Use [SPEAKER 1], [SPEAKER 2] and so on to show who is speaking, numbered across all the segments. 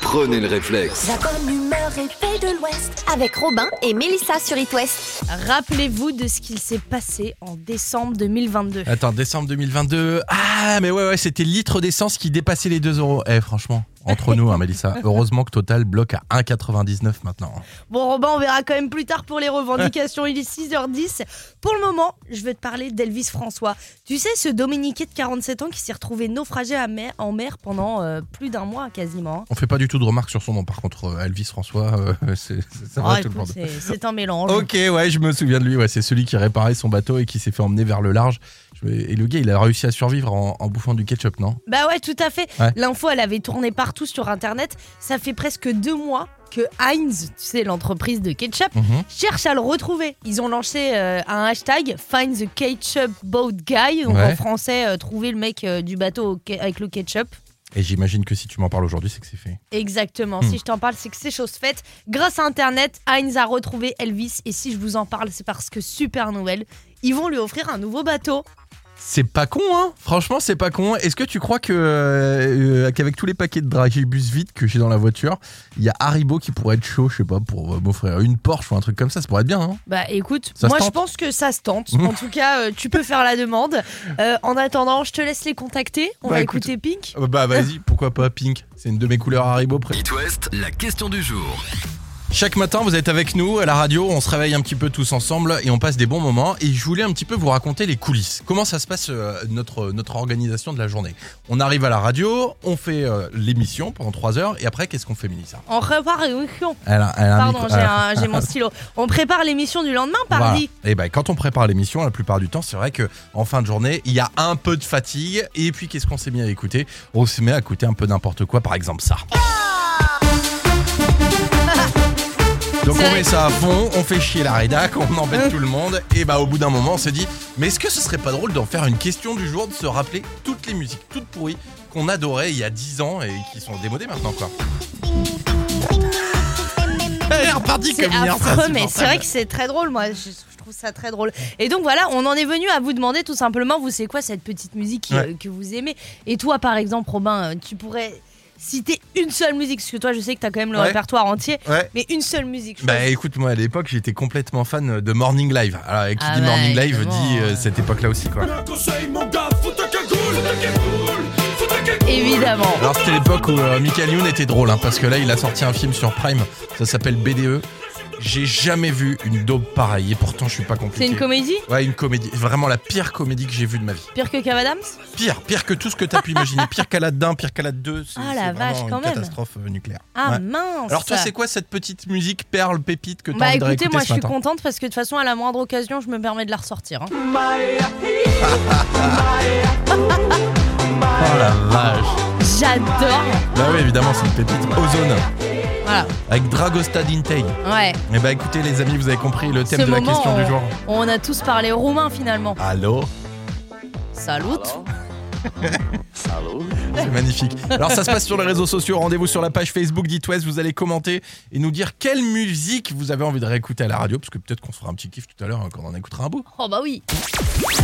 [SPEAKER 1] Prenez le réflexe.
[SPEAKER 2] La bonne humeur est faite de l'Ouest avec Robin et Mélissa sur It West.
[SPEAKER 3] Rappelez-vous de ce qu'il s'est passé en décembre 2022.
[SPEAKER 4] Attends, décembre 2022. Ah, mais ouais, ouais, c'était le litre d'essence qui dépassait les 2 euros. Eh, franchement, entre nous, hein, Mélissa, heureusement que Total bloque à 1,99 maintenant.
[SPEAKER 3] Bon, Robin, on verra quand même plus tard pour les revendications. Il est 6h10. Pour le moment, je vais te parler d'Elvis François. Tu sais, ce Dominiqué de 47 ans qui s'est retrouvé naufragé à mer- en mer pendant euh, plus d'un mois quasiment. hein.
[SPEAKER 4] On fait pas du tout de remarques sur son nom, par contre, euh, Elvis François, euh, c'est c'est- ça va
[SPEAKER 3] Ah,
[SPEAKER 4] tout le
[SPEAKER 3] écoute,
[SPEAKER 4] monde.
[SPEAKER 3] c'est c'est un mélange.
[SPEAKER 4] Ok, ouais, je me souviens de lui. Ouais, c'est celui qui réparait son bateau et qui s'est fait emmener vers le large. Je me- Et le gars, il a réussi à survivre en, en bouffant du ketchup, non
[SPEAKER 3] Bah ouais, tout à fait.
[SPEAKER 4] Ouais.
[SPEAKER 3] L'info, elle avait tourné partout sur Internet. Ça fait presque deux mois que Heinz, tu sais, l'entreprise de ketchup,
[SPEAKER 4] Mhm.
[SPEAKER 3] cherche à le retrouver. Ils ont lancé euh, un hashtag Find the Ketchup Boat Guy, donc
[SPEAKER 4] Ouais.
[SPEAKER 3] en français, euh, trouver le mec euh, du bateau au ke- avec le ketchup.
[SPEAKER 4] Et j'imagine que si tu m'en parles aujourd'hui, c'est que c'est fait.
[SPEAKER 3] Exactement.
[SPEAKER 4] Hmm.
[SPEAKER 3] Si je t'en parle, c'est que c'est chose faite. Grâce à Internet, Heinz a retrouvé Elvis. Et si je vous en parle, c'est parce que super nouvelle, ils vont lui offrir un nouveau bateau.
[SPEAKER 4] C'est pas con, hein Franchement, c'est pas con. Est-ce que tu crois que euh, euh, qu'avec tous les paquets de dragibus vides que j'ai dans la voiture, il y a Haribo qui pourrait être chaud, je sais pas, pour euh, m'offrir une Porsche ou un truc comme ça Ça pourrait être bien, hein
[SPEAKER 3] Bah écoute,
[SPEAKER 4] Ça se
[SPEAKER 3] moi je
[SPEAKER 4] tente
[SPEAKER 3] pense que ça se tente.
[SPEAKER 4] Mmh.
[SPEAKER 3] En tout cas, euh, tu peux faire la demande. Euh, en attendant, je te laisse les contacter. On
[SPEAKER 4] Bah,
[SPEAKER 3] va
[SPEAKER 4] écoute.
[SPEAKER 3] écouter Pink.
[SPEAKER 4] Euh, Bah vas-y, pourquoi pas Pink C'est une de mes couleurs Haribo préférées.
[SPEAKER 1] It West, la question du jour.
[SPEAKER 4] Chaque matin, vous êtes avec nous à la radio, on se réveille un petit peu tous ensemble et on passe des bons moments. Et je voulais un petit peu vous raconter les coulisses. Comment ça se passe euh, notre, notre organisation de la journée On arrive à la radio, on fait euh, l'émission pendant 3 heures et après, qu'est-ce qu'on fait, Mélissa
[SPEAKER 3] On repart. et oui, on-
[SPEAKER 4] elle a- elle a un
[SPEAKER 3] Pardon,
[SPEAKER 4] micro- Ah.
[SPEAKER 3] j'ai
[SPEAKER 4] elle a-
[SPEAKER 3] un- j'ai mon stylo. On prépare l'émission du lendemain,
[SPEAKER 4] Voilà.
[SPEAKER 3] pardi.
[SPEAKER 4] Et ben quand on prépare l'émission, la plupart du temps, c'est vrai que en fin de journée, il y a un peu de fatigue. Et puis qu'est-ce qu'on s'est mis à écouter On s'est mis à écouter un peu n'importe quoi, par exemple ça. Donc
[SPEAKER 3] Ah C'est
[SPEAKER 4] on
[SPEAKER 3] vrai Hein
[SPEAKER 4] met ça à fond, on fait chier la rédac, on embête tout le monde, et bah au bout d'un moment on s'est dit mais est-ce que ce serait pas drôle d'en faire une question du jour, de se rappeler toutes les musiques toutes pourries qu'on adorait il y a 10 ans et qui sont démodées maintenant quoi. Elle est repartie
[SPEAKER 3] C'est
[SPEAKER 4] comme hier,
[SPEAKER 3] affreux, mais c'est
[SPEAKER 4] insupportable.
[SPEAKER 3] vrai que c'est très drôle. Moi, je, je trouve ça très drôle. Et donc voilà, on en est venu à vous demander tout simplement, vous c'est quoi cette petite musique qui-
[SPEAKER 4] Ouais.
[SPEAKER 3] euh, que vous aimez Et toi, par exemple, Robin, euh, tu pourrais citer une seule musique, parce que toi, je sais que t'as quand même le
[SPEAKER 4] Ouais.
[SPEAKER 3] répertoire entier,
[SPEAKER 4] Ouais.
[SPEAKER 3] mais une seule musique. je
[SPEAKER 4] Bah écoute, moi à l'époque j'étais complètement fan de Morning Live. Alors avec qui
[SPEAKER 3] Ah
[SPEAKER 4] dit
[SPEAKER 3] ouais,
[SPEAKER 4] Morning Live
[SPEAKER 3] évidemment,
[SPEAKER 4] dit euh,
[SPEAKER 3] ouais.
[SPEAKER 4] cette époque-là aussi quoi.
[SPEAKER 3] trouve. Évidemment.
[SPEAKER 4] Alors c'était l'époque où euh, Michael Youn était drôle hein, parce que là il a sorti un film sur Prime, ça s'appelle BDE. J'ai jamais vu une daube pareille et pourtant je suis pas
[SPEAKER 3] C'est
[SPEAKER 4] compliqué.
[SPEAKER 3] une comédie
[SPEAKER 4] Ouais, une comédie, vraiment la pire comédie que j'ai vue de ma vie.
[SPEAKER 3] Pire que Cavadams
[SPEAKER 4] Pire, pire que tout ce que t'as pu imaginer. Pire qu'Aladdin, pire qu'Aladdin 2. c'est-
[SPEAKER 3] Ah,
[SPEAKER 4] c'est
[SPEAKER 3] la
[SPEAKER 4] vraiment
[SPEAKER 3] vache,
[SPEAKER 4] une
[SPEAKER 3] quand même.
[SPEAKER 4] Catastrophe euh, nucléaire.
[SPEAKER 3] Ah
[SPEAKER 4] Ouais.
[SPEAKER 3] mince
[SPEAKER 4] Alors toi, c'est quoi cette petite musique perle pépite que t'as
[SPEAKER 3] Bah
[SPEAKER 4] envie de
[SPEAKER 3] écoutez,
[SPEAKER 4] réécouter
[SPEAKER 3] moi
[SPEAKER 4] ce
[SPEAKER 3] je suis
[SPEAKER 4] matin
[SPEAKER 3] contente parce que de toute façon, à la moindre occasion, je me permets de la ressortir. hein. hein.
[SPEAKER 4] Oh la vache.
[SPEAKER 3] J'adore
[SPEAKER 4] Bah oui, évidemment, c'est une pépite. Ozone.
[SPEAKER 3] Voilà,
[SPEAKER 4] avec Dragosta Dintei.
[SPEAKER 3] ouais.
[SPEAKER 4] Eh bah écoutez les amis, vous avez compris le thème
[SPEAKER 3] Ce
[SPEAKER 4] de la
[SPEAKER 3] moment,
[SPEAKER 4] question
[SPEAKER 3] euh,
[SPEAKER 4] du jour.
[SPEAKER 3] On a tous parlé roumain finalement.
[SPEAKER 4] Allô
[SPEAKER 3] Salut
[SPEAKER 4] C'est magnifique. Alors ça se passe sur les réseaux sociaux, rendez-vous sur la page Facebook d'EatWest, vous allez commenter et nous dire quelle musique vous avez envie de réécouter à la radio, parce que peut-être qu'on se fera un petit kiff tout à l'heure hein, quand on en écoutera un bout.
[SPEAKER 3] Oh bah oui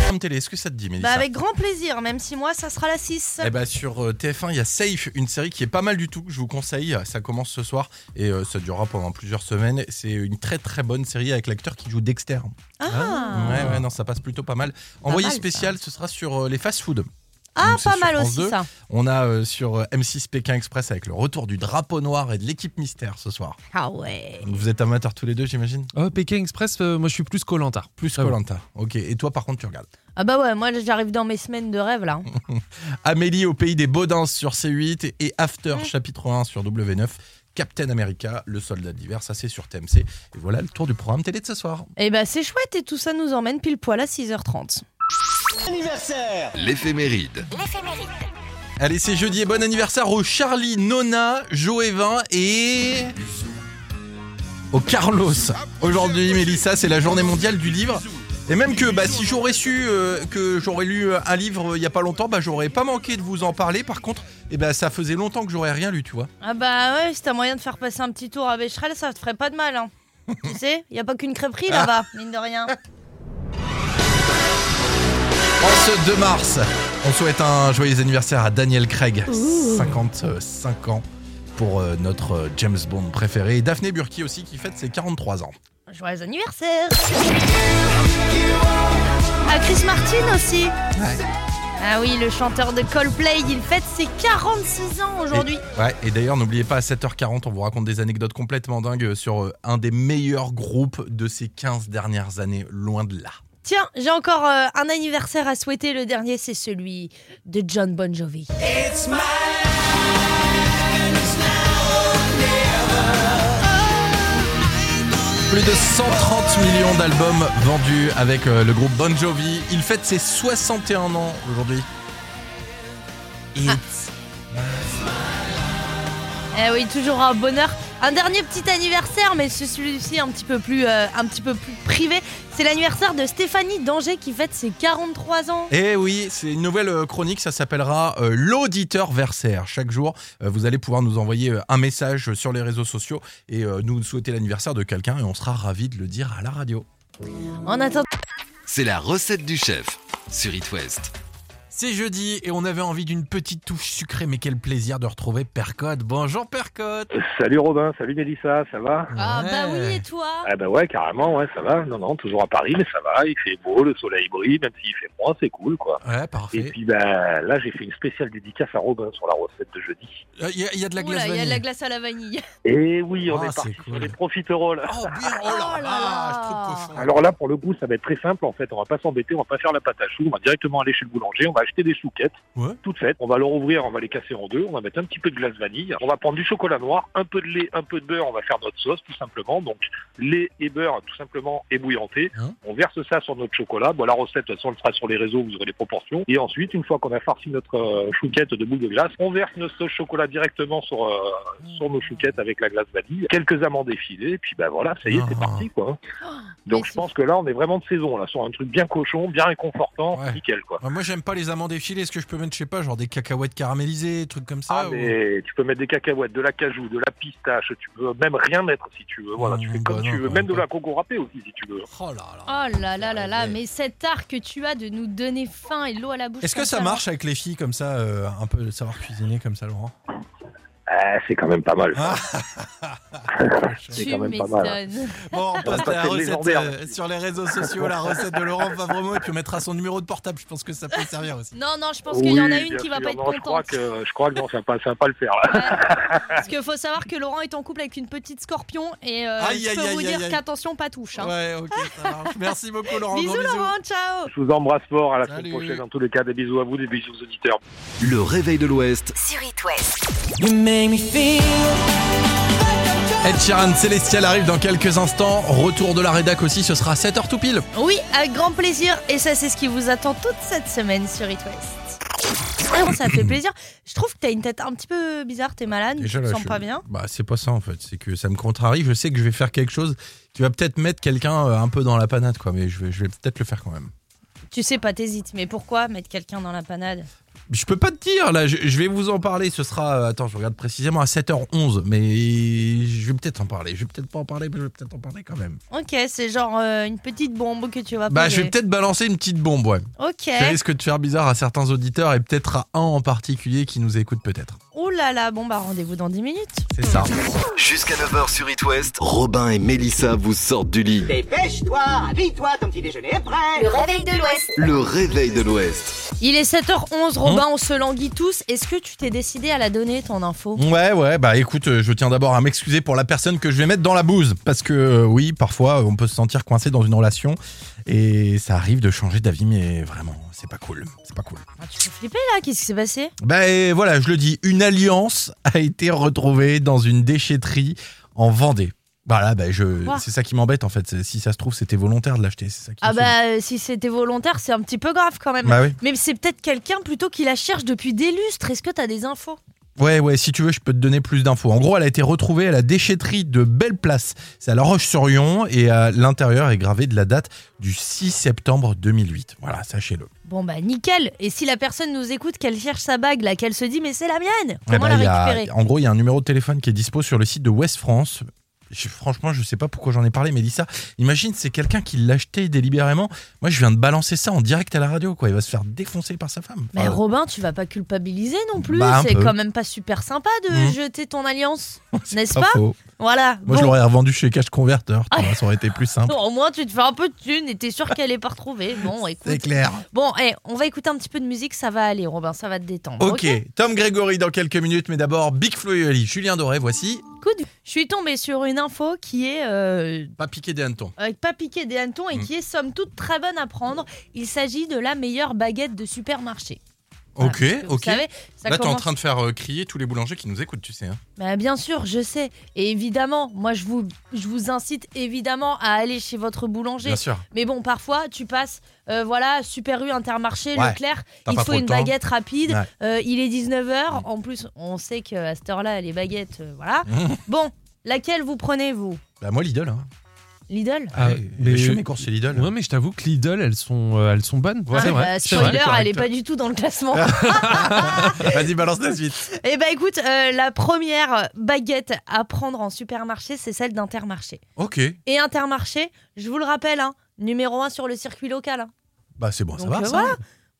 [SPEAKER 4] Comme télé, est-ce que ça te dit Mélissa
[SPEAKER 3] Bah avec grand plaisir, même si moi ça sera la 6.
[SPEAKER 4] Eh bah sur euh, TF1, il y a Safe, une série qui est pas mal du tout, que je vous conseille. Ça commence ce soir et euh, ça durera pendant plusieurs semaines. C'est une très très bonne série avec l'acteur qui joue Dexter.
[SPEAKER 3] Ah,
[SPEAKER 4] Ouais, ouais, non, ça passe plutôt pas mal. Envoyé
[SPEAKER 3] mal, ça.
[SPEAKER 4] spécial, ce sera sur euh, les fast-food.
[SPEAKER 3] ah
[SPEAKER 4] Donc, c'est
[SPEAKER 3] pas
[SPEAKER 4] sur
[SPEAKER 3] mal
[SPEAKER 4] France
[SPEAKER 3] aussi
[SPEAKER 4] 2.
[SPEAKER 3] ça.
[SPEAKER 4] On a euh, sur euh, M6 Pékin Express avec le retour du drapeau noir et de l'équipe mystère ce soir.
[SPEAKER 3] Ah ouais.
[SPEAKER 4] Donc, Vous êtes amateurs tous les deux, j'imagine
[SPEAKER 5] Oh, Pékin Express, euh, moi je suis plus Colanta.
[SPEAKER 4] Plus Colanta. Ok, et toi par contre, tu regardes.
[SPEAKER 3] Ah bah ouais, moi j'arrive dans mes semaines de rêve là. hein.
[SPEAKER 4] Amélie au pays des Baudins sur C8 et After chapitre 1 sur W9. Captain America, le soldat d'hiver, ça c'est sur TMC. Et voilà le tour du programme télé de ce soir.
[SPEAKER 3] Eh bah c'est chouette et tout ça nous emmène pile poil à 6h30.
[SPEAKER 1] L'éphéméride.
[SPEAKER 4] Allez, c'est jeudi et bon anniversaire au Charlie, Nona, Joévin et. Au Carlos. Aujourd'hui, Mélissa, c'est la journée mondiale du livre. Et même que bah, si j'aurais su euh, que j'aurais lu euh, un livre euh, il y a pas longtemps, bah, j'aurais pas manqué de vous en parler. Par contre, eh ben, ça faisait longtemps que j'aurais rien lu, tu vois.
[SPEAKER 3] Ah bah ouais, si t'as moyen de faire passer un petit tour à Becherel, ça te ferait pas de mal. Hein. tu sais, y a pas qu'une crêperie
[SPEAKER 4] Ah.
[SPEAKER 3] là-bas, mine de rien.
[SPEAKER 4] En ce 2 mars, on souhaite un joyeux anniversaire à Daniel Craig, 55 ans. pour euh, notre euh, James Bond préféré. Et Daphné Burki aussi qui fête ses 43 ans.
[SPEAKER 3] Joyeux anniversaire À Chris Martin aussi Ah oui, le chanteur de Coldplay, il fête ses 46 ans aujourd'hui.
[SPEAKER 4] Et- ouais, et d'ailleurs, n'oubliez pas, à 7h40, on vous raconte des anecdotes complètement dingues sur euh, un des meilleurs groupes de ces 15 dernières années, loin de là.
[SPEAKER 3] Tiens, j'ai encore euh, un anniversaire à souhaiter. Le dernier, c'est celui de John Bon Jovi.
[SPEAKER 4] Plus de 130 millions d'albums vendus avec euh, le groupe Bon Jovi. Il fête ses 61 ans aujourd'hui. It's-
[SPEAKER 3] Eh oui, toujours un bonheur. Un dernier petit anniversaire, mais c'est celui-ci un petit peu plus, euh, un petit peu plus privé. C'est l'anniversaire de Stéphanie Danger qui fête ses 43 ans.
[SPEAKER 4] Eh oui, c'est une nouvelle euh, chronique, ça s'appellera euh, l'auditeur versaire. Chaque jour, euh, vous allez pouvoir nous envoyer euh, un message sur les réseaux sociaux et euh, nous souhaiter l'anniversaire de quelqu'un et on sera ravis de le dire à la radio.
[SPEAKER 3] En attendant,
[SPEAKER 1] C'est la recette du chef sur It West.
[SPEAKER 4] C'est jeudi et on avait envie d'une petite touche sucrée, mais quel plaisir de retrouver Percotte. Bonjour Percotte
[SPEAKER 6] Salut Robin, salut Mélissa, ça va
[SPEAKER 3] ah bah
[SPEAKER 4] Ouais. Euh,
[SPEAKER 3] oui, et toi
[SPEAKER 6] Ah bah ouais, carrément, ouais, ça va. Non, non, toujours à Paris, mais ça va, il fait beau, le soleil brille, même s'il fait froid, c'est cool, quoi.
[SPEAKER 4] Ouais,
[SPEAKER 6] Et
[SPEAKER 4] parfait.
[SPEAKER 6] puis bah, là, j'ai fait une spéciale dédicace à Robin sur la recette de jeudi.
[SPEAKER 4] Il Euh, y, a- y a de la glace
[SPEAKER 3] Oula, il y a de la
[SPEAKER 4] vanille.
[SPEAKER 3] glace à la vanille.
[SPEAKER 6] Et oui, on
[SPEAKER 4] Ah,
[SPEAKER 6] est parti
[SPEAKER 4] c'est
[SPEAKER 6] sur
[SPEAKER 4] cool.
[SPEAKER 6] les profiteroles.
[SPEAKER 4] Oh, bien, oh là
[SPEAKER 3] Oh là
[SPEAKER 4] là,
[SPEAKER 3] là.
[SPEAKER 4] je trouve cochon.
[SPEAKER 6] Alors là, pour le coup, ça va être très simple, en fait. On va pas s'embêter, on va pas faire la pâte à choux, on va directement aller chez le boulanger, on va acheter des souquettes,
[SPEAKER 4] Ouais.
[SPEAKER 6] toutes faites. On va leur ouvrir, on va les casser en deux, on va mettre un petit peu de glace vanille, on va prendre du chocolat noir, un peu de lait, un peu de beurre, on va faire notre sauce, tout simplement. Donc, lait et beurre, tout simplement ébouillanté.
[SPEAKER 4] Hein
[SPEAKER 6] On verse ça sur notre chocolat. Bon, la recette, de toute façon, on le fera sur les réseaux, vous aurez les proportions. Et ensuite, une fois qu'on a farci notre euh, chouquette de boules de glace, on verse notre sauce chocolat directement sur, euh, sur nos chouquettes avec la glace vanille, quelques amandes effilées, et puis bah voilà, ça y est, c'est
[SPEAKER 4] Ah.
[SPEAKER 6] parti, quoi.
[SPEAKER 3] mais
[SPEAKER 6] Donc je
[SPEAKER 3] c'est
[SPEAKER 6] pense que là, on est vraiment de saison, là, sur un truc bien cochon, bien réconfortant,
[SPEAKER 4] Ouais.
[SPEAKER 6] nickel, quoi.
[SPEAKER 4] Ouais, Ah, Moi, j'aime pas les amandes effilées. Est-ce que je peux mettre, je sais pas, genre des cacahuètes caramélisées, des trucs comme ça
[SPEAKER 6] Ah,
[SPEAKER 4] ou-
[SPEAKER 6] mais tu peux mettre des cacahuètes, de la cajou, de la pistache, tu peux même rien mettre si tu veux. Voilà,
[SPEAKER 4] Non,
[SPEAKER 6] tu fais
[SPEAKER 4] bah
[SPEAKER 6] comme
[SPEAKER 4] non,
[SPEAKER 6] tu veux.
[SPEAKER 4] quand
[SPEAKER 6] Même
[SPEAKER 4] même
[SPEAKER 6] de
[SPEAKER 4] pas.
[SPEAKER 6] la coco râpée aussi si tu veux.
[SPEAKER 4] Oh là là.
[SPEAKER 3] Oh là là là là,
[SPEAKER 4] Ouais.
[SPEAKER 3] mais cet art que tu as de nous donner faim et l'eau à la bouche.
[SPEAKER 4] Est-ce que
[SPEAKER 3] comme
[SPEAKER 4] ça marche avec les filles comme ça, euh, un peu le savoir cuisiner comme ça, Laurent
[SPEAKER 6] Ah, c'est quand même pas mal.
[SPEAKER 4] Ah.
[SPEAKER 6] C'est
[SPEAKER 3] Tu
[SPEAKER 6] quand même pas mal, hein.
[SPEAKER 3] m'étonnes.
[SPEAKER 4] Bon, on passe
[SPEAKER 6] va
[SPEAKER 4] à la
[SPEAKER 6] passer le
[SPEAKER 4] recette
[SPEAKER 6] légendaire.
[SPEAKER 4] euh, sur les réseaux sociaux, la recette de Laurent Favremo, et puis on mettra son numéro de portable. Je pense que ça peut servir aussi.
[SPEAKER 3] Non, non, je pense qu'il y en a
[SPEAKER 6] Oui,
[SPEAKER 3] une qui
[SPEAKER 6] bien
[SPEAKER 3] va
[SPEAKER 6] sûr.
[SPEAKER 3] pas être
[SPEAKER 6] Non, Je crois
[SPEAKER 3] contente.
[SPEAKER 6] que, je crois que non, ça va pas, ça va pas le faire. Là.
[SPEAKER 3] Ouais. Parce qu'il faut savoir que Laurent est en couple avec une petite scorpion et euh,
[SPEAKER 4] Aïe,
[SPEAKER 3] je
[SPEAKER 4] aïe,
[SPEAKER 3] peux
[SPEAKER 4] aïe,
[SPEAKER 3] vous
[SPEAKER 4] aïe,
[SPEAKER 3] dire
[SPEAKER 4] aïe.
[SPEAKER 3] qu'attention, pas touche. hein.
[SPEAKER 4] Ouais, ok, ça marche. Merci beaucoup, Laurent.
[SPEAKER 3] Bisous,
[SPEAKER 4] Gros bisous.
[SPEAKER 3] Laurent, ciao
[SPEAKER 6] Je vous embrasse fort. À la
[SPEAKER 4] Salut.
[SPEAKER 6] semaine prochaine. Dans tous les cas, des bisous à vous, des bisous aux auditeurs.
[SPEAKER 1] Le réveil de l'Ouest
[SPEAKER 2] Sur It West.
[SPEAKER 4] Ed Sheeran, Célestial arrive dans quelques instants. Retour de la rédac aussi, ce sera 7h tout pile.
[SPEAKER 3] Oui, avec grand plaisir. Et ça, c'est ce qui vous attend toute cette semaine sur It West. Vraiment, ça fait plaisir. Je trouve que t'as une tête un petit peu bizarre, t'es malade, tu te sens pas bien.
[SPEAKER 4] Bah, c'est pas ça en fait, c'est que ça me contrarie. Je sais que je vais faire quelque chose qui va peut-être mettre quelqu'un euh, un peu dans la panade, quoi, mais je vais, je vais peut-être le faire quand même.
[SPEAKER 3] Tu sais pas, t'hésites. Mais pourquoi mettre quelqu'un dans la panade
[SPEAKER 4] Je peux pas te dire, là, je, je vais vous en parler. Ce sera, euh, attends, je regarde précisément à 7h11, mais je vais peut-être en parler. Je vais peut-être pas en parler, mais je vais peut-être en parler quand même.
[SPEAKER 3] Ok, c'est genre euh, une petite bombe que tu vas
[SPEAKER 4] Bah, je
[SPEAKER 3] poser.
[SPEAKER 4] vais peut-être balancer une petite bombe, ouais.
[SPEAKER 3] Ok.
[SPEAKER 4] Ça risque de faire bizarre à certains auditeurs et peut-être à un en particulier qui nous écoute peut-être.
[SPEAKER 3] Oh là là, bon bah rendez-vous dans 10 minutes.
[SPEAKER 4] C'est ça.
[SPEAKER 1] Jusqu'à 9h sur It West, Robin et Melissa vous sortent du lit.
[SPEAKER 7] Dépêche-toi, habille-toi, ton petit déjeuner est prêt.
[SPEAKER 2] Le réveil de l'Ouest.
[SPEAKER 1] Le réveil de l'Ouest.
[SPEAKER 3] Il est 7h11,
[SPEAKER 4] Hein
[SPEAKER 3] Robin, on se languit tous. Est-ce que tu t'es décidé à la donner, ton info
[SPEAKER 4] Ouais, ouais, bah écoute, euh, je tiens d'abord à m'excuser pour la personne que je vais mettre dans la bouse. Parce que euh, oui, parfois, euh, on peut se sentir coincé dans une relation et ça arrive de changer d'avis, mais vraiment, c'est pas cool. C'est pas cool.
[SPEAKER 3] Ah, Tu fais flipper là, qu'est-ce qui s'est passé
[SPEAKER 4] Bah et voilà, je le dis, une alliance a été retrouvée dans une déchetterie en Vendée. Voilà, bah je,
[SPEAKER 3] Ouah.
[SPEAKER 4] c'est ça qui m'embête en fait. C'est- Si ça se trouve, c'était volontaire de l'acheter. C'est ça qui
[SPEAKER 3] Ah
[SPEAKER 4] me saoule.
[SPEAKER 3] bah euh, si c'était volontaire, c'est un petit peu grave quand même.
[SPEAKER 4] Bah oui.
[SPEAKER 3] Mais c'est peut-être quelqu'un plutôt qui la cherche depuis des lustres. Est-ce que t'as des infos
[SPEAKER 4] Ouais, ouais, si tu veux, je peux te donner plus d'infos. En gros, elle a été retrouvée à la déchetterie de Belle Place. C'est à La Roche-sur-Yon et à l'intérieur est gravée de la date du 6 septembre 2008. Voilà, sachez-le.
[SPEAKER 3] Bon bah nickel. Et si la personne nous écoute, qu'elle cherche sa bague là, qu'elle se dit mais c'est la mienne.
[SPEAKER 4] Eh
[SPEAKER 3] Comment
[SPEAKER 4] ben, il y
[SPEAKER 3] la
[SPEAKER 4] a-
[SPEAKER 3] récupérer
[SPEAKER 4] en gros, il y a un numéro de téléphone qui est dispo sur le site de West France. je- franchement, je sais pas pourquoi j'en ai parlé, Mélissa. Imagine, c'est quelqu'un qui l'achetait délibérément. Moi, je viens de balancer ça en direct à la radio, quoi. Il va se faire défoncer par sa femme.
[SPEAKER 3] Mais
[SPEAKER 4] Enfin,
[SPEAKER 3] Robin, tu vas pas culpabiliser non plus.
[SPEAKER 4] Bah, un
[SPEAKER 3] c'est
[SPEAKER 4] peu.
[SPEAKER 3] quand même pas super sympa de
[SPEAKER 4] Mhm.
[SPEAKER 3] jeter ton alliance, n'est-ce
[SPEAKER 4] pas
[SPEAKER 3] pas
[SPEAKER 4] faux.
[SPEAKER 3] Voilà.
[SPEAKER 4] Moi, je
[SPEAKER 3] Bon.
[SPEAKER 4] l'aurais revendu chez Cash Converter. tu vois, ça aurait été plus simple.
[SPEAKER 3] Bon, au moins, tu te fais un peu de thune et t'es sûr qu'elle est pas retrouvée. Bon,
[SPEAKER 4] C'est
[SPEAKER 3] écoute.
[SPEAKER 4] clair.
[SPEAKER 3] Bon, eh, on va écouter un petit peu de musique, ça va aller, Robin, ça va te détendre.
[SPEAKER 4] Ok, Tom Grégory dans quelques minutes, mais d'abord Big Flo et Oli, Julien Doré, voici.
[SPEAKER 3] Écoute, je suis tombée sur une info qui est euh,
[SPEAKER 4] Pas piqué des hannetons.
[SPEAKER 3] euh, pas piquée des hannetons et
[SPEAKER 4] Mm.
[SPEAKER 3] qui est somme toute très bonne à prendre. Il s'agit de la meilleure baguette de supermarché. Voilà,
[SPEAKER 4] Ok,
[SPEAKER 3] parce que Ah, vous
[SPEAKER 4] ok.
[SPEAKER 3] savez, ça
[SPEAKER 4] Là, t'es en
[SPEAKER 3] commence-
[SPEAKER 4] train de faire euh, crier tous les boulangers qui nous écoutent, tu sais. hein.
[SPEAKER 3] Bah, bien sûr, je sais. Et évidemment, moi, je vous, je vous incite évidemment à aller chez votre boulanger.
[SPEAKER 4] Bien sûr.
[SPEAKER 3] Mais bon, parfois, tu passes, euh, voilà, Super U, Intermarché,
[SPEAKER 4] Ouais,
[SPEAKER 3] Leclerc,
[SPEAKER 4] t'as
[SPEAKER 3] il
[SPEAKER 4] pas
[SPEAKER 3] te faut
[SPEAKER 4] trop
[SPEAKER 3] une
[SPEAKER 4] le temps.
[SPEAKER 3] baguette rapide.
[SPEAKER 4] Ouais. Mm.
[SPEAKER 3] Euh, il est 19h. En plus, on sait qu'à cette heure-là, les baguettes, euh, voilà. bon, laquelle vous prenez, vous
[SPEAKER 4] Bah, moi, Lidl. Hein.
[SPEAKER 3] Lidl
[SPEAKER 5] Ah,
[SPEAKER 4] Ouais,
[SPEAKER 5] mais-
[SPEAKER 4] Je fais mes courses chez Lidl.
[SPEAKER 5] Ouais, mais je t'avoue que Lidl, elles sont, euh, elles sont bonnes.
[SPEAKER 3] Ah,
[SPEAKER 5] c'est vrai.
[SPEAKER 3] bah,
[SPEAKER 5] c'est vrai.
[SPEAKER 3] Spoiler,
[SPEAKER 4] correct. Ah.
[SPEAKER 3] elle est pas du tout dans le classement.
[SPEAKER 4] Vas-y, balance la suite.
[SPEAKER 3] Eh bah écoute, euh, la première baguette à prendre en supermarché, c'est celle d'Intermarché.
[SPEAKER 4] Ok,
[SPEAKER 3] Et Intermarché, je vous le rappelle, hein, numéro 1 sur le circuit local. hein.
[SPEAKER 4] bah c'est bon, ça
[SPEAKER 3] Donc,
[SPEAKER 4] va.
[SPEAKER 3] euh,
[SPEAKER 4] ça
[SPEAKER 3] voilà.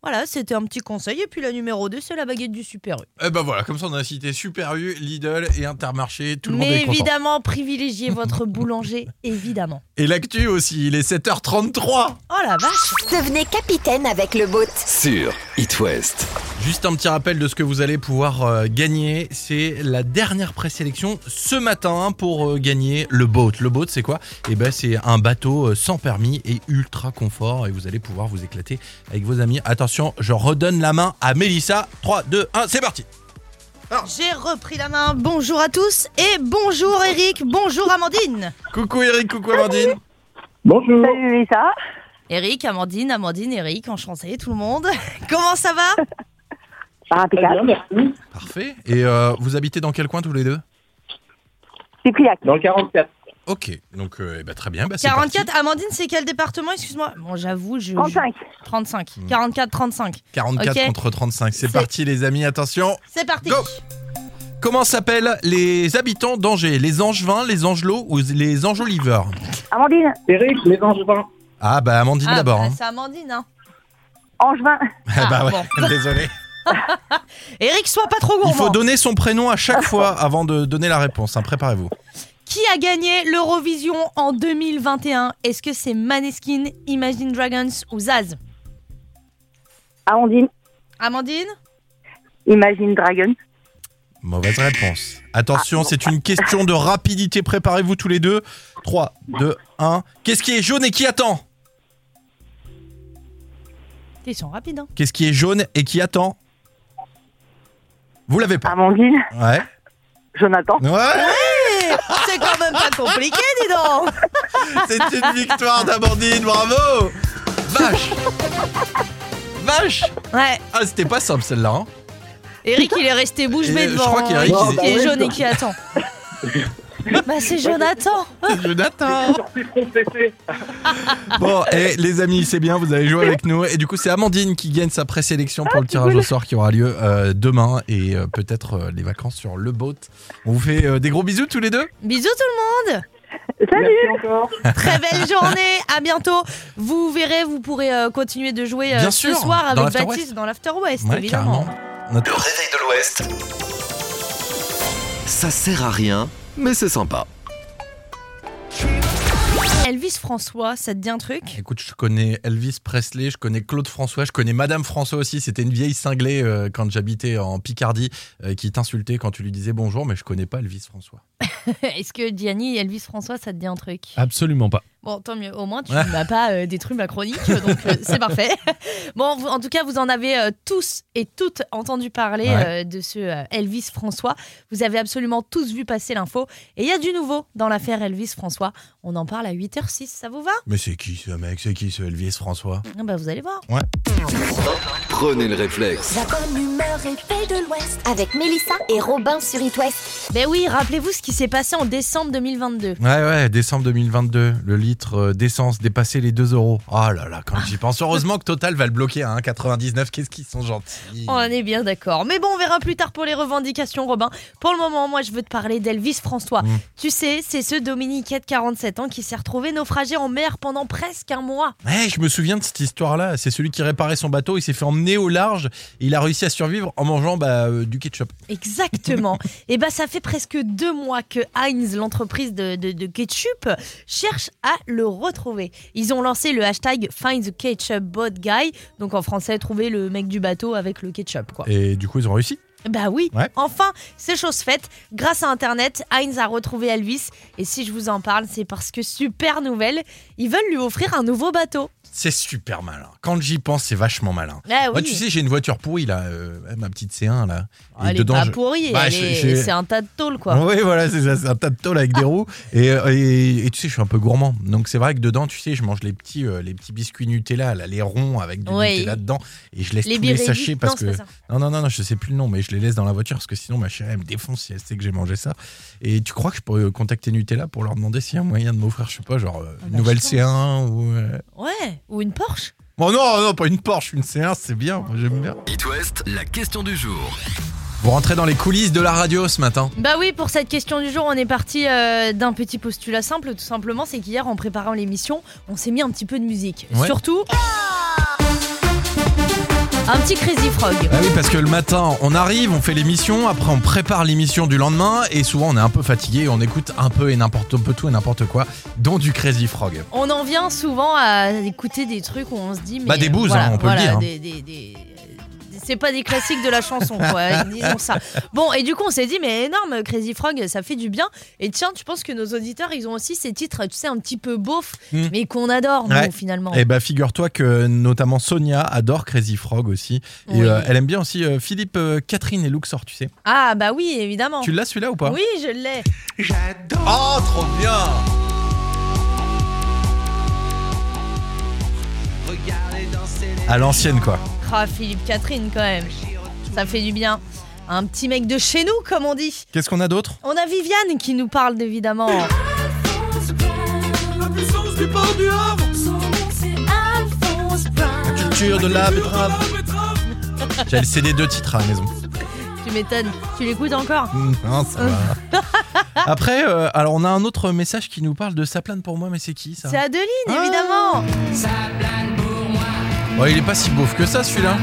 [SPEAKER 3] Voilà, c'était un petit conseil. Et puis la numéro 2, c'est la baguette du Super U.
[SPEAKER 4] Eh ben voilà, comme ça on a cité Super U, Lidl et Intermarché, tout le monde
[SPEAKER 3] Mais
[SPEAKER 4] est content.
[SPEAKER 3] évidemment, privilégiez votre boulanger, évidemment.
[SPEAKER 4] Et l'actu aussi, il est 7h33.
[SPEAKER 3] Oh la vache
[SPEAKER 2] Devenez capitaine avec le boat.
[SPEAKER 1] Sur It West.
[SPEAKER 4] Juste un petit rappel de ce que vous allez pouvoir euh, gagner. C'est la dernière présélection ce matin pour euh, gagner le boat. Le boat, c'est quoi Eh ben, c'est un bateau euh, sans permis et ultra confort. Et vous allez pouvoir vous éclater avec vos amis. Attention, je redonne la main à Mélissa. 3, 2, 1, c'est parti
[SPEAKER 3] J'ai repris la main. Bonjour à tous et bonjour Eric, bonjour Amandine.
[SPEAKER 4] Coucou Eric, coucou Amandine
[SPEAKER 6] Bonjour.
[SPEAKER 8] Salut ça
[SPEAKER 3] Eric, Amandine, Amandine, Eric, enchanté tout le monde. Comment ça va
[SPEAKER 8] impeccable.
[SPEAKER 6] merci.
[SPEAKER 4] Parfait. Et euh, vous habitez dans quel coin tous les deux
[SPEAKER 8] Cypriac,
[SPEAKER 6] Dans le 44.
[SPEAKER 4] Ok, donc euh, eh ben, très bien. Bah, c'est parti.
[SPEAKER 3] 44, Amandine, c'est quel département Excuse-moi. Bon, j'avoue, je... je-
[SPEAKER 8] 35.
[SPEAKER 3] 35.
[SPEAKER 4] Mm.
[SPEAKER 3] 44, 35.
[SPEAKER 4] 44
[SPEAKER 3] Ok.
[SPEAKER 4] contre 35. C'est
[SPEAKER 3] C'est-
[SPEAKER 4] parti les amis, attention
[SPEAKER 3] C'est parti.
[SPEAKER 4] Go. Comment s'appellent les habitants d'Angers Les Angevins, les Angelots ou les Angeoliveurs
[SPEAKER 8] Amandine,
[SPEAKER 6] Eric, les Angevins.
[SPEAKER 4] Ah bah Amandine
[SPEAKER 3] Ah,
[SPEAKER 4] d'abord.
[SPEAKER 3] bah,
[SPEAKER 4] hein.
[SPEAKER 3] C'est Amandine, hein.
[SPEAKER 8] Angevin,
[SPEAKER 4] Ah, bah
[SPEAKER 3] Ah,
[SPEAKER 4] ouais,
[SPEAKER 3] bon.
[SPEAKER 4] désolé.
[SPEAKER 3] Eric, sois pas trop gourmand.
[SPEAKER 4] Il faut donner son prénom à chaque fois avant de donner la réponse. hein. Préparez-vous.
[SPEAKER 3] Qui a gagné l'Eurovision en 2021 Est-ce que c'est Maneskin, Imagine Dragons ou Zaz
[SPEAKER 8] Amandine,
[SPEAKER 3] Amandine
[SPEAKER 8] Imagine Dragon.
[SPEAKER 4] Mauvaise réponse. Attention, c'est une question de rapidité. Préparez-vous tous les deux. 3, 2, 1. Qu'est-ce qui est jaune et qui attend
[SPEAKER 3] Question rapide. Hein.
[SPEAKER 4] Qu'est-ce qui est jaune et qui attend Vous l'avez pas.
[SPEAKER 8] Amandine,
[SPEAKER 4] Ouais.
[SPEAKER 8] Jonathan.
[SPEAKER 4] Ouais
[SPEAKER 3] C'est quand même pas compliqué, dis donc
[SPEAKER 4] C'est une victoire d'Amandine, bravo Vache Vache
[SPEAKER 3] Ouais,
[SPEAKER 4] Ah, c'était pas simple celle-là. hein.
[SPEAKER 3] Eric, il est resté bouche
[SPEAKER 4] Et
[SPEAKER 3] bée
[SPEAKER 4] je
[SPEAKER 3] devant.
[SPEAKER 4] crois qu'Eric,
[SPEAKER 3] hein,
[SPEAKER 4] il-
[SPEAKER 3] qui est jaune et qui attend. bah, c'est Jonathan
[SPEAKER 4] C'est Jonathan Bon, et les amis, c'est bien, vous avez joué avec nous. Et du coup, c'est Amandine qui gagne sa présélection pour le tirage au sort qui aura lieu euh, demain et euh, peut-être euh, les vacances sur le boat. On vous fait euh, des gros bisous tous les deux.
[SPEAKER 3] Bisous tout le
[SPEAKER 8] Salut
[SPEAKER 6] encore.
[SPEAKER 3] monde Très belle journée À bientôt Vous verrez, vous pourrez euh, continuer de jouer euh,
[SPEAKER 4] Bien
[SPEAKER 3] ce
[SPEAKER 4] sûr,
[SPEAKER 3] soir
[SPEAKER 4] dans
[SPEAKER 3] avec
[SPEAKER 4] l'After
[SPEAKER 3] Baptiste dans l'After West,
[SPEAKER 4] Ouais,
[SPEAKER 3] évidemment.
[SPEAKER 4] carrément. Notre-
[SPEAKER 1] Le réveil de l'Ouest. Ça sert à rien, mais c'est sympa.
[SPEAKER 3] Elvis François, ça te dit un truc
[SPEAKER 4] Écoute, je connais Elvis Presley, je connais Claude François, je connais Madame François aussi. C'était une vieille cinglée euh, quand j'habitais en Picardie euh, qui t'insultait quand tu lui disais bonjour, mais je connais pas Elvis François.
[SPEAKER 3] Est-ce que Gianni et Elvis François, ça te dit un truc
[SPEAKER 5] Absolument pas.
[SPEAKER 3] Bon, tant mieux. Au moins, tu
[SPEAKER 4] Ouais.
[SPEAKER 3] n'as pas euh, détruit ma chronique, donc euh, c'est parfait. Bon, vous- en tout cas, vous en avez euh, tous et toutes entendu parler
[SPEAKER 4] Ouais.
[SPEAKER 3] euh, de ce euh, Elvis François. Vous avez absolument tous vu passer l'info. Et il y a du nouveau dans l'affaire Elvis François. On en parle à 8h06, ça vous va
[SPEAKER 4] Mais c'est qui ce mec C'est qui ce Elvis François
[SPEAKER 3] Ah bah, Vous allez voir.
[SPEAKER 1] Prenez le réflexe.
[SPEAKER 2] La bonne humeur et paix de l'Ouest avec Mélissa et Robin sur It West.
[SPEAKER 3] Ben oui, rappelez-vous ce qui s'est passé en décembre 2022.
[SPEAKER 4] Ouais, ouais, décembre 2022, le litre euh, d'essence dépassait les 2 euros. Oh là là, quand j'y pense. Heureusement que Total va le bloquer à 1,99. Qu'est-ce qu'ils sont gentils.
[SPEAKER 3] On est bien d'accord. Mais bon, on verra plus tard pour les revendications, Robin. Pour le moment, moi, je veux te parler d'Elvis François.
[SPEAKER 4] Mm.
[SPEAKER 3] Tu sais, c'est ce Dominiquet de 47 ans qui s'est retrouvé naufragé en mer pendant presque un mois.
[SPEAKER 4] Ouais, je me souviens de cette histoire-là. C'est celui qui réparait son bateau, il s'est fait emmener au large. Et il a réussi à survivre en mangeant bah, euh, du ketchup.
[SPEAKER 3] Exactement. Et ben, ça fait presque deux mois que Heinz, l'entreprise de, de- de ketchup, cherche à le retrouver. Ils ont lancé le hashtag Find the Ketchup Boat Guy. Donc, en français, trouver le mec du bateau avec le ketchup, quoi.
[SPEAKER 4] Et du coup, ils ont réussi.
[SPEAKER 3] Bah oui.
[SPEAKER 4] Ouais.
[SPEAKER 3] Enfin, c'est chose faite. Grâce à Internet, Heinz a retrouvé Elvis. Et si je vous en parle, c'est parce que super nouvelle, ils veulent lui offrir un nouveau bateau.
[SPEAKER 4] C'est super malin. Quand j'y pense, c'est vachement malin.
[SPEAKER 3] Ah oui. Ah,
[SPEAKER 4] Moi, Bah, tu sais, j'ai une voiture pourrie, là, euh, ma petite C1, là.
[SPEAKER 3] Oh, elle est pas pourrie.
[SPEAKER 4] Bah,
[SPEAKER 3] elle
[SPEAKER 4] je-
[SPEAKER 3] est-
[SPEAKER 4] je-
[SPEAKER 3] C'est un tas de tôle, quoi. Ah.
[SPEAKER 4] Oui, voilà, c'est ça, c'est un tas de tôle avec des roues. Et, euh, et- et tu sais, je suis un peu gourmand. Donc c'est vrai que dedans, tu sais, je mange les petits, euh, les petits biscuits Nutella, là, les ronds avec du
[SPEAKER 3] Ouais.
[SPEAKER 4] Nutella dedans. Et je laisse
[SPEAKER 3] Les
[SPEAKER 4] tous les
[SPEAKER 3] birébis.
[SPEAKER 4] sachets parce
[SPEAKER 3] non,
[SPEAKER 4] que.
[SPEAKER 3] c'est pas ça.
[SPEAKER 4] Non, non, non, non, je sais plus le nom, mais je les laisse dans la voiture parce que sinon ma chérie, elle me défonce si elle sait que j'ai mangé ça. Et tu crois que je pourrais contacter Nutella pour leur demander s'il y a moyen de m'offrir, je sais pas, genre euh,
[SPEAKER 3] Ah bah,
[SPEAKER 4] une nouvelle
[SPEAKER 3] je pense.
[SPEAKER 4] C1 ou. euh,
[SPEAKER 3] Ouais, ou une Porsche.
[SPEAKER 4] Bon, non, non, pas une Porsche, une C1, c'est bien, moi, j'aime bien.
[SPEAKER 1] It West, la question du jour.
[SPEAKER 4] Vous rentrez dans les coulisses de la radio ce matin.
[SPEAKER 3] Bah oui, pour cette question du jour, on est parti euh, d'un petit postulat simple, tout simplement. C'est qu'hier, en préparant l'émission, on s'est mis un petit peu de musique.
[SPEAKER 4] Ouais.
[SPEAKER 3] Surtout. Un petit Crazy Frog.
[SPEAKER 4] Ah oui, parce que le matin, on arrive, on fait l'émission, après on prépare l'émission du lendemain, et souvent on est un peu fatigué, on écoute un peu et n'importe un peu tout et n'importe quoi, dont du Crazy Frog.
[SPEAKER 3] On en vient souvent à écouter des trucs où on se dit mais
[SPEAKER 4] Bah, des bouses,
[SPEAKER 3] voilà,
[SPEAKER 4] hein, on peut le
[SPEAKER 3] voilà,
[SPEAKER 4] dire, hein.
[SPEAKER 3] des- des- des- c'est pas des classiques de la chanson quoi, disons ça. Bon et du coup on s'est dit mais énorme Crazy Frog ça fait du bien et tiens tu penses que nos auditeurs ils ont aussi ces titres tu sais un petit peu beauf
[SPEAKER 4] Hmm.
[SPEAKER 3] mais qu'on adore
[SPEAKER 4] Ouais.
[SPEAKER 3] nous finalement.
[SPEAKER 4] Et bah figure-toi que notamment Sonia adore Crazy Frog aussi, et
[SPEAKER 3] Oui.
[SPEAKER 4] euh, elle aime bien aussi euh, Philippe, euh, Catherine et Luxor, tu sais.
[SPEAKER 3] Ah bah oui évidemment.
[SPEAKER 4] Tu l'as celui-là ou pas
[SPEAKER 3] Oui je l'ai.
[SPEAKER 4] Oh, trop bien À l'ancienne quoi.
[SPEAKER 3] Ah Philippe Catherine quand même. Ça fait du bien. Un petit mec de chez nous comme on dit.
[SPEAKER 4] Qu'est-ce qu'on a d'autre
[SPEAKER 3] On a Viviane qui nous parle évidemment.
[SPEAKER 4] Culture de la betterave. J'ai le CD deux titres à la maison.
[SPEAKER 3] Tu m'étonnes. Tu l'écoutes encore
[SPEAKER 4] Mm, non, ça va. Après, euh, alors on a un autre message qui nous parle de Saplane pour moi, mais c'est qui ça
[SPEAKER 3] C'est Adeline,
[SPEAKER 4] Ah.
[SPEAKER 3] évidemment
[SPEAKER 4] Oh, Il est pas si beauf que ça celui-là.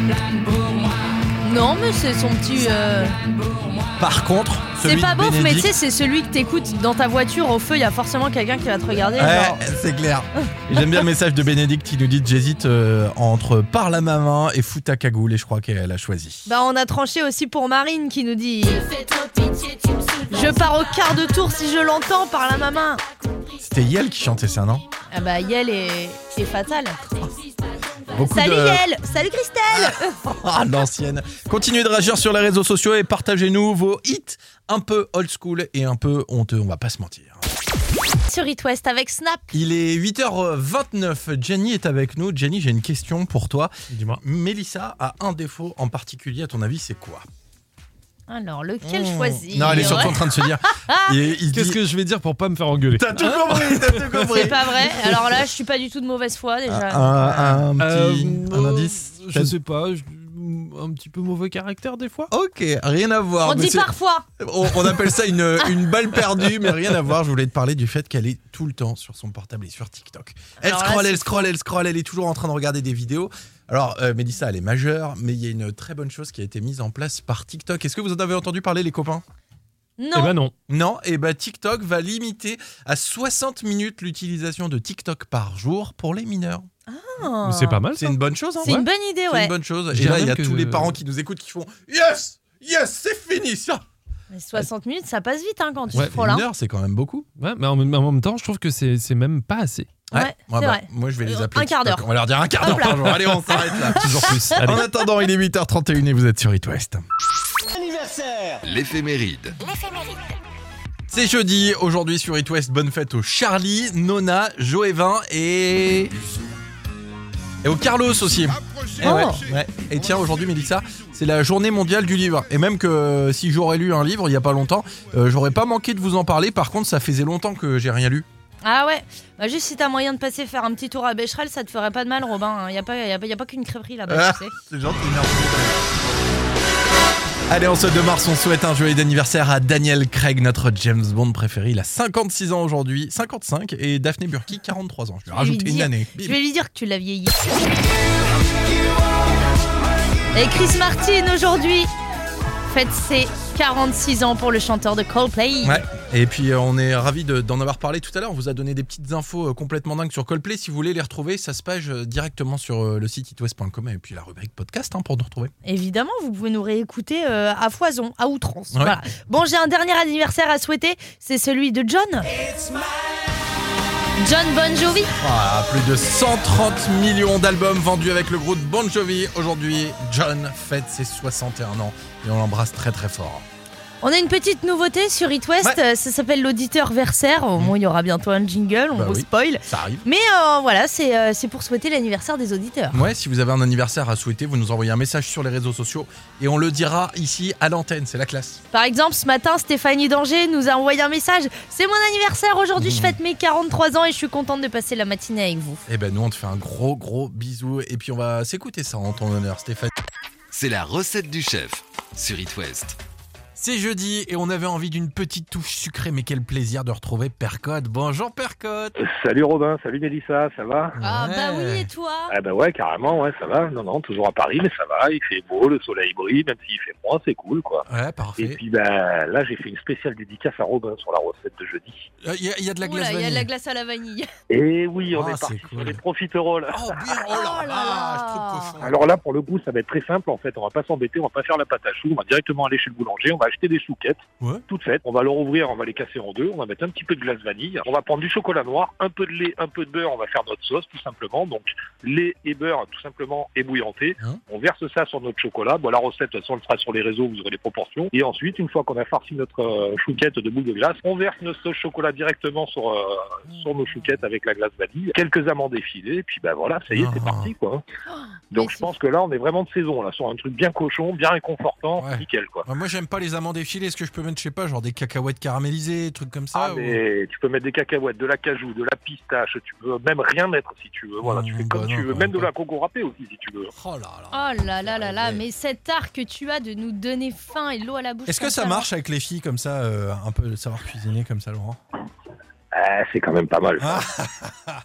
[SPEAKER 3] Non, mais c'est son petit... euh,
[SPEAKER 4] Par contre,
[SPEAKER 3] C'est
[SPEAKER 4] celui
[SPEAKER 3] pas
[SPEAKER 4] de
[SPEAKER 3] beauf, mais tu
[SPEAKER 4] Bénédicte-
[SPEAKER 3] sais, c'est celui que t'écoutes dans ta voiture au feu, il y a forcément quelqu'un qui va te regarder. genre,
[SPEAKER 4] Ouais, c'est clair. Et J'aime bien le message de Bénédicte qui nous dit j'hésite euh, entre par la maman et fout ta cagoule et je crois qu'elle a choisi.
[SPEAKER 3] Bah, on a tranché aussi pour Marine qui nous dit... Je pars au quart de tour si je l'entends par la maman.
[SPEAKER 4] C'était Yel qui chantait ça, non
[SPEAKER 3] Ah bah Yel est, est fatale.
[SPEAKER 4] Beaucoup
[SPEAKER 3] Salut
[SPEAKER 4] de
[SPEAKER 3] Yel, salut Christelle.
[SPEAKER 4] Ah, l'ancienne. Continuez de réagir sur les réseaux sociaux et partagez-nous vos hits un peu old school et un peu honteux, on va pas se mentir.
[SPEAKER 3] Sur It West avec Snap.
[SPEAKER 4] Il est 8h29, Jenny est avec nous. Jenny, j'ai une question pour toi.
[SPEAKER 5] Dis-moi.
[SPEAKER 4] Mélissa a un défaut en particulier, à ton avis, c'est quoi
[SPEAKER 3] Alors lequel
[SPEAKER 4] Mmh.
[SPEAKER 3] choisir
[SPEAKER 4] Non, elle est surtout en train de se dire. et il
[SPEAKER 5] Qu'est-ce
[SPEAKER 4] dit-
[SPEAKER 5] que je vais dire pour pas me faire engueuler
[SPEAKER 4] T'as tout compris, t'as tout compris.
[SPEAKER 3] Ah. C'est pas vrai. Alors là, je suis pas du tout de mauvaise foi
[SPEAKER 4] Un,
[SPEAKER 3] déjà.
[SPEAKER 4] un- un petit
[SPEAKER 5] Euh,
[SPEAKER 4] un
[SPEAKER 5] euh,
[SPEAKER 4] indice
[SPEAKER 5] Je sais pas, je- un petit peu mauvais caractère des fois.
[SPEAKER 4] Ok, rien à voir.
[SPEAKER 3] on
[SPEAKER 4] ah, mais
[SPEAKER 3] dit
[SPEAKER 4] c'est-
[SPEAKER 3] parfois.
[SPEAKER 4] on, on appelle ça une, une balle perdue, mais rien à voir. Je voulais te parler du fait qu'elle est tout le temps sur son portable et sur TikTok. Elle
[SPEAKER 3] Alors là,
[SPEAKER 4] scrolle,
[SPEAKER 3] c'est
[SPEAKER 4] elle scrolle, elle scrolle, elle est toujours en train de regarder des vidéos. Alors, euh, Mélissa, elle est majeure, mais il y a une très bonne chose qui a été mise en place par TikTok. Est-ce que vous en avez entendu parler, les copains
[SPEAKER 5] Eh
[SPEAKER 3] Non.
[SPEAKER 5] ben non.
[SPEAKER 4] Non, et ben TikTok va limiter à 60 minutes l'utilisation de TikTok par jour pour les mineurs.
[SPEAKER 3] Ah.
[SPEAKER 5] Mais C'est pas mal.
[SPEAKER 4] C'est
[SPEAKER 5] ça.
[SPEAKER 4] une bonne chose, hein
[SPEAKER 3] C'est une bonne idée,
[SPEAKER 4] C'est
[SPEAKER 3] ouais.
[SPEAKER 4] une bonne chose.
[SPEAKER 5] Je
[SPEAKER 4] Et là, il
[SPEAKER 5] dirais
[SPEAKER 4] y a
[SPEAKER 5] même
[SPEAKER 4] tous
[SPEAKER 5] que-
[SPEAKER 4] les parents qui nous écoutent qui font Yes Yes, c'est fini ça
[SPEAKER 3] Mais 60 minutes, ça passe vite hein, quand tu
[SPEAKER 4] Ouais,
[SPEAKER 3] te frôles. hein.
[SPEAKER 4] Une heure, c'est quand même beaucoup.
[SPEAKER 5] Ouais, mais en, même- en même temps, je trouve que c'est c'est même pas assez.
[SPEAKER 3] Ouais,
[SPEAKER 4] moi,
[SPEAKER 3] c'est
[SPEAKER 4] bah,
[SPEAKER 3] vrai.
[SPEAKER 4] moi, je vais les
[SPEAKER 3] Euh,
[SPEAKER 4] appeler.
[SPEAKER 3] un quart
[SPEAKER 4] TikTok.
[SPEAKER 3] d'heure.
[SPEAKER 4] On va leur dire un quart d'heure
[SPEAKER 3] Hop là.
[SPEAKER 4] par jour. Allez, on s'arrête là.
[SPEAKER 5] Toujours plus. Allez.
[SPEAKER 4] En attendant, il est 8h31 et vous êtes sur It West.
[SPEAKER 7] Anniversaire
[SPEAKER 1] L'éphéméride.
[SPEAKER 4] C'est jeudi, aujourd'hui sur It West. Bonne fête aux Charlie, Nona, Joévin et. Et au Carlos aussi. Eh ouais, ouais. Et tiens, aujourd'hui, Mélissa, C'est la journée mondiale du livre. Et même que euh, si j'aurais lu un livre il y a pas longtemps, euh, j'aurais pas manqué de vous en parler. Par contre, ça faisait longtemps que j'ai rien lu.
[SPEAKER 3] Ah ouais, bah juste si t'as moyen de passer faire un petit tour à Becherel, ça te ferait pas de mal, Robin. Il n'y a pas, y a pas- y a pas qu'une crêperie là-bas,
[SPEAKER 4] Ah.
[SPEAKER 3] tu sais.
[SPEAKER 4] C'est gentil, Allez, en ce 2 mars, on souhaite un joyeux anniversaire à Daniel Craig, notre James Bond préféré. Il a 56 ans aujourd'hui, 55, et Daphné Burki, 43 ans. Je vais rajouter
[SPEAKER 3] lui
[SPEAKER 4] Ah, une
[SPEAKER 3] dire-
[SPEAKER 4] année.
[SPEAKER 3] Je
[SPEAKER 4] Bim.
[SPEAKER 3] vais lui dire que tu l'as vieilli. Et Chris Martin aujourd'hui fête ses 46 ans pour le chanteur de Coldplay.
[SPEAKER 4] Ouais. Et puis euh, on est ravis de- d'en avoir parlé tout à l'heure. On vous a donné des petites infos euh, complètement dingues sur Coldplay. Si vous voulez les retrouver, ça se page euh, directement sur euh, le site itwest.com et puis la rubrique podcast hein, pour nous retrouver.
[SPEAKER 3] Évidemment, vous pouvez nous réécouter euh, à foison, à outrance.
[SPEAKER 4] Ouais.
[SPEAKER 3] Voilà. Bon, j'ai un dernier anniversaire à souhaiter, c'est celui de John. John Bon Jovi.
[SPEAKER 4] Ah, plus de 130 millions d'albums vendus avec le groupe Bon Jovi. Aujourd'hui, John fête ses 61 ans et on l'embrasse très très fort.
[SPEAKER 3] On a une petite nouveauté sur It West, euh, ça s'appelle l'auditeur versaire. Au moins, il y aura bientôt un jingle, on
[SPEAKER 4] Bah
[SPEAKER 3] vous
[SPEAKER 4] oui.
[SPEAKER 3] spoil.
[SPEAKER 4] Ça arrive.
[SPEAKER 3] Mais euh, voilà, c'est euh, c'est pour souhaiter l'anniversaire des auditeurs.
[SPEAKER 4] Ouais, si vous avez un anniversaire à souhaiter, vous nous envoyez un message sur les réseaux sociaux et on le dira ici à l'antenne. C'est la classe.
[SPEAKER 3] Par exemple, ce matin, Stéphanie Danger nous a envoyé un message. C'est mon anniversaire aujourd'hui, je fête mes 43 ans et je suis contente de passer la matinée avec vous.
[SPEAKER 4] Et ben nous, on te fait un gros gros bisou et puis on va s'écouter ça en ton honneur, Stéphane.
[SPEAKER 1] C'est la recette du chef sur It West.
[SPEAKER 4] C'est jeudi et on avait envie d'une petite touche sucrée, mais quel plaisir de retrouver Percotte. Bonjour Percotte
[SPEAKER 6] Euh, Salut Robin, salut Mélissa, ça va
[SPEAKER 3] Ah bah
[SPEAKER 4] Ouais.
[SPEAKER 3] oui, et toi
[SPEAKER 6] Ah bah ouais, carrément, ouais, ça va. Non, non, toujours à Paris, mais ça va. Il fait beau, le soleil brille, même s'il fait froid, c'est cool, quoi.
[SPEAKER 4] Ouais,
[SPEAKER 6] Et
[SPEAKER 4] parfait.
[SPEAKER 6] puis bah, là, j'ai fait une spéciale dédicace à Robin sur la recette de jeudi.
[SPEAKER 4] Il Euh, y, a- y a de la glace
[SPEAKER 3] Oula, il y a de la
[SPEAKER 4] vanille.
[SPEAKER 3] glace à la vanille.
[SPEAKER 6] Et oui, on
[SPEAKER 4] Ah,
[SPEAKER 6] est parti
[SPEAKER 4] c'est cool.
[SPEAKER 6] sur les Ah. profiteroles.
[SPEAKER 4] Oh, bien, oh là
[SPEAKER 3] Oh là
[SPEAKER 4] là,
[SPEAKER 3] là.
[SPEAKER 4] ce truc cochon.
[SPEAKER 6] Alors là, pour le coup, ça va être très simple. En fait, on va pas s'embêter, on va pas faire la pâte à choux. On va directement aller chez le boulanger, on va acheter des chouquettes,
[SPEAKER 4] Ouais.
[SPEAKER 6] toutes faites. On va leur ouvrir, on va les casser en deux, on va mettre un petit peu de glace vanille, on va prendre du chocolat noir, un peu de lait, un peu de beurre. On va faire notre sauce, tout simplement. Donc lait et beurre, tout simplement ébouillanté.
[SPEAKER 4] Hein
[SPEAKER 6] on verse ça sur notre chocolat. Bon, la recette, de toute façon, on le fera sur les réseaux. Vous aurez les proportions. Et ensuite, une fois qu'on a farci notre euh, chouquette de boule de glace, on verse notre sauce chocolat directement sur euh, sur nos chouquettes avec la glace vanille, quelques amandes effilées. Et puis ben voilà, ça y est, c'est
[SPEAKER 4] Ah.
[SPEAKER 6] parti quoi.
[SPEAKER 3] Mais
[SPEAKER 6] Donc je
[SPEAKER 3] c'est-
[SPEAKER 6] pense que là, on est vraiment de saison, là, sur un truc bien cochon, bien réconfortant,
[SPEAKER 4] Ouais.
[SPEAKER 6] nickel, quoi.
[SPEAKER 4] Ouais, Ah, Moi, j'aime pas les amandes effilées. Est-ce que je peux mettre, je sais pas, genre des cacahuètes caramélisées, des trucs comme ça
[SPEAKER 6] Ah,
[SPEAKER 4] ou-
[SPEAKER 6] mais tu peux mettre des cacahuètes, de la cajou, de la pistache, tu peux même rien mettre si tu veux. Voilà,
[SPEAKER 4] Mmh,
[SPEAKER 6] tu fais
[SPEAKER 4] bah
[SPEAKER 6] comme
[SPEAKER 4] non,
[SPEAKER 6] tu veux,
[SPEAKER 4] quand
[SPEAKER 6] même
[SPEAKER 4] même
[SPEAKER 6] de
[SPEAKER 4] pas.
[SPEAKER 6] la coco râpée aussi si tu veux.
[SPEAKER 4] Oh là là.
[SPEAKER 3] Oh là là là là,
[SPEAKER 4] Ouais.
[SPEAKER 3] mais cet art que tu as de nous donner faim et l'eau à la bouche.
[SPEAKER 4] Est-ce que
[SPEAKER 3] comme
[SPEAKER 4] ça marche avec les filles comme ça, euh, un peu de savoir cuisiner comme ça, Laurent
[SPEAKER 6] Ah, c'est quand même pas mal.
[SPEAKER 4] Ah.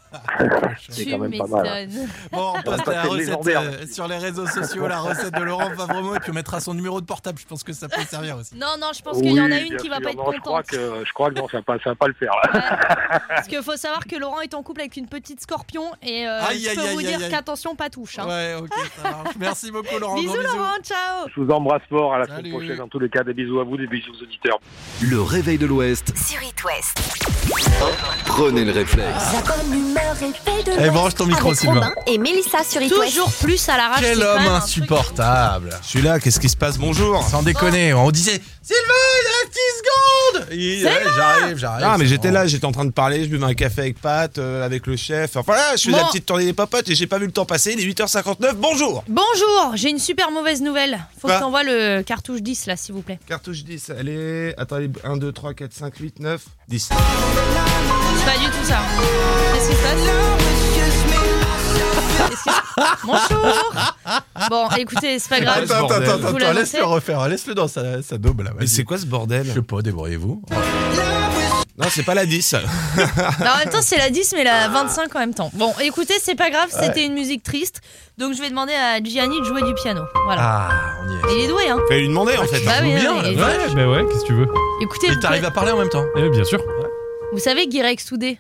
[SPEAKER 6] C'est
[SPEAKER 3] Tu
[SPEAKER 6] quand même pas mal,
[SPEAKER 3] m'étonnes.
[SPEAKER 4] Bon, on passe à la
[SPEAKER 6] passer les
[SPEAKER 4] recette
[SPEAKER 6] lambert,
[SPEAKER 4] euh,
[SPEAKER 6] merci.
[SPEAKER 4] sur les réseaux sociaux, la recette de Laurent Favremo, et puis on mettra son numéro de portable. Je pense que ça peut servir aussi.
[SPEAKER 3] Non, non, je pense qu'il y en a
[SPEAKER 6] Oui,
[SPEAKER 3] une qui
[SPEAKER 6] bien
[SPEAKER 3] va
[SPEAKER 6] sûr.
[SPEAKER 3] pas être
[SPEAKER 6] Non, Je crois
[SPEAKER 3] contente.
[SPEAKER 6] que, je crois que non, ça va pas, ça va pas le faire, là.
[SPEAKER 3] Ouais. Parce qu'il faut savoir que Laurent est en couple avec une petite scorpion et euh,
[SPEAKER 4] Aïe,
[SPEAKER 3] je peux
[SPEAKER 4] aïe,
[SPEAKER 3] vous
[SPEAKER 4] aïe, aïe,
[SPEAKER 3] dire
[SPEAKER 4] aïe.
[SPEAKER 3] qu'attention, pas touche. hein.
[SPEAKER 4] Ouais, ok, ça marche. Merci beaucoup, Laurent.
[SPEAKER 3] Bisous
[SPEAKER 4] Gros
[SPEAKER 3] Laurent, ciao
[SPEAKER 6] Je vous embrasse fort, à la
[SPEAKER 4] Salut.
[SPEAKER 6] semaine prochaine. En tous les cas, des bisous à vous, des bisous aux auditeurs.
[SPEAKER 1] Le réveil de l'Ouest,
[SPEAKER 2] Sur It West.
[SPEAKER 1] prenez le réflexe.
[SPEAKER 2] La bonne humeur et paix de
[SPEAKER 4] Allez,
[SPEAKER 2] l'Ouest.
[SPEAKER 4] Eh, branche ton micro,
[SPEAKER 2] avec
[SPEAKER 4] Sylvain.
[SPEAKER 2] Robin et Mélissa sur It West.
[SPEAKER 3] Toujours plus à l'arrache.
[SPEAKER 4] Quel
[SPEAKER 3] c'est quand
[SPEAKER 4] homme
[SPEAKER 3] même un
[SPEAKER 4] insupportable
[SPEAKER 9] Je suis là, qu'est-ce qui se passe Bonjour
[SPEAKER 4] Sans déconner, on disait Sylvain, il reste 10 secondes Il- ouais, J'arrive, j'arrive.
[SPEAKER 9] Ah mais
[SPEAKER 4] c'est
[SPEAKER 9] j'étais
[SPEAKER 4] bon.
[SPEAKER 9] là, j'étais en train de parler, je buvais un café avec Pat, euh, avec le chef, enfin là, je fais
[SPEAKER 3] Bon.
[SPEAKER 9] la petite tournée des papotes et j'ai pas vu le temps passer, il est 8h59, bonjour
[SPEAKER 3] truc- Bonjour, j'ai une super mauvaise nouvelle. Faut
[SPEAKER 9] Quoi
[SPEAKER 3] que t'envoies le cartouche 10 là, s'il vous plaît.
[SPEAKER 9] Cartouche 10, allez, attendez, 1, 2, 3, 4, 5, 8, 9, 10.
[SPEAKER 3] C'est pas du tout ça. Qu'est-ce qui se passe Qu'est-ce qui se- Bonjour Bon, écoutez, c'est pas
[SPEAKER 9] Attends,
[SPEAKER 3] grave.
[SPEAKER 9] attends, attends,
[SPEAKER 3] Vous
[SPEAKER 4] Attends,
[SPEAKER 3] l'annoncez
[SPEAKER 4] laisse-le refaire, laisse-le dans sa, sa daube là.
[SPEAKER 9] Mais
[SPEAKER 4] vas-y.
[SPEAKER 9] c'est quoi ce bordel
[SPEAKER 4] Je sais pas, débrouillez-vous.
[SPEAKER 9] Non, c'est pas la 10.
[SPEAKER 3] Non, Bah, en même temps, c'est la 10, mais la 25 en même temps. Bon, écoutez, c'est pas grave, c'était une musique triste. Donc, je vais demander à Gianni de jouer du piano. Voilà.
[SPEAKER 4] Ah, on y est.
[SPEAKER 3] Il est doué, hein
[SPEAKER 9] Fallait lui demander
[SPEAKER 5] Ah,
[SPEAKER 9] en fait.
[SPEAKER 3] Bah oui,
[SPEAKER 4] bien,
[SPEAKER 3] hein,
[SPEAKER 4] la
[SPEAKER 3] il est doué.
[SPEAKER 5] Ouais, bah ouais, qu'est-ce que tu veux
[SPEAKER 3] Écoutez,
[SPEAKER 4] Et
[SPEAKER 3] vous,
[SPEAKER 4] t'arrives
[SPEAKER 3] pouvez-
[SPEAKER 4] à parler en même temps
[SPEAKER 5] Eh bien sûr.
[SPEAKER 3] vous savez Guirec Soudé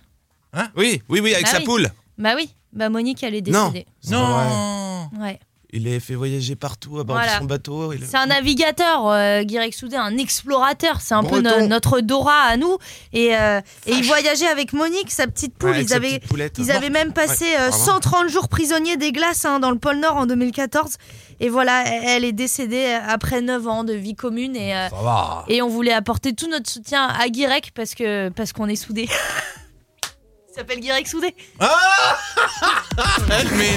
[SPEAKER 4] hein
[SPEAKER 9] Oui, oui, oui, avec
[SPEAKER 3] Bah
[SPEAKER 9] sa
[SPEAKER 3] oui.
[SPEAKER 9] poule.
[SPEAKER 3] Bah oui, bah Monique, elle est
[SPEAKER 9] Non.
[SPEAKER 3] décédée.
[SPEAKER 9] C'est vrai.
[SPEAKER 3] Ouais.
[SPEAKER 9] Il les fait voyager partout à bord
[SPEAKER 3] Voilà.
[SPEAKER 9] de son bateau. il-
[SPEAKER 3] C'est un navigateur, euh, Guirec Soudé, un explorateur. C'est un peu no-
[SPEAKER 9] Breton.
[SPEAKER 3] notre Dora à nous. Et, euh, et il voyageait avec Monique, sa petite poule.
[SPEAKER 9] Ouais, avec
[SPEAKER 3] ils
[SPEAKER 9] sa
[SPEAKER 3] avaient.
[SPEAKER 9] petite poulette.
[SPEAKER 3] Ils avaient même passé euh,
[SPEAKER 9] pardon.
[SPEAKER 3] 130 jours prisonniers des glaces hein, dans le pôle Nord en 2014. Et voilà, elle- elle est décédée euh, après 9 ans de vie commune. Et, euh,
[SPEAKER 4] Ça va.
[SPEAKER 3] et on voulait apporter tout notre soutien à Guirec parce que parce qu'on
[SPEAKER 9] Ah
[SPEAKER 3] est soudés. Il s'appelle Guirec Soudé.
[SPEAKER 4] Elle, mais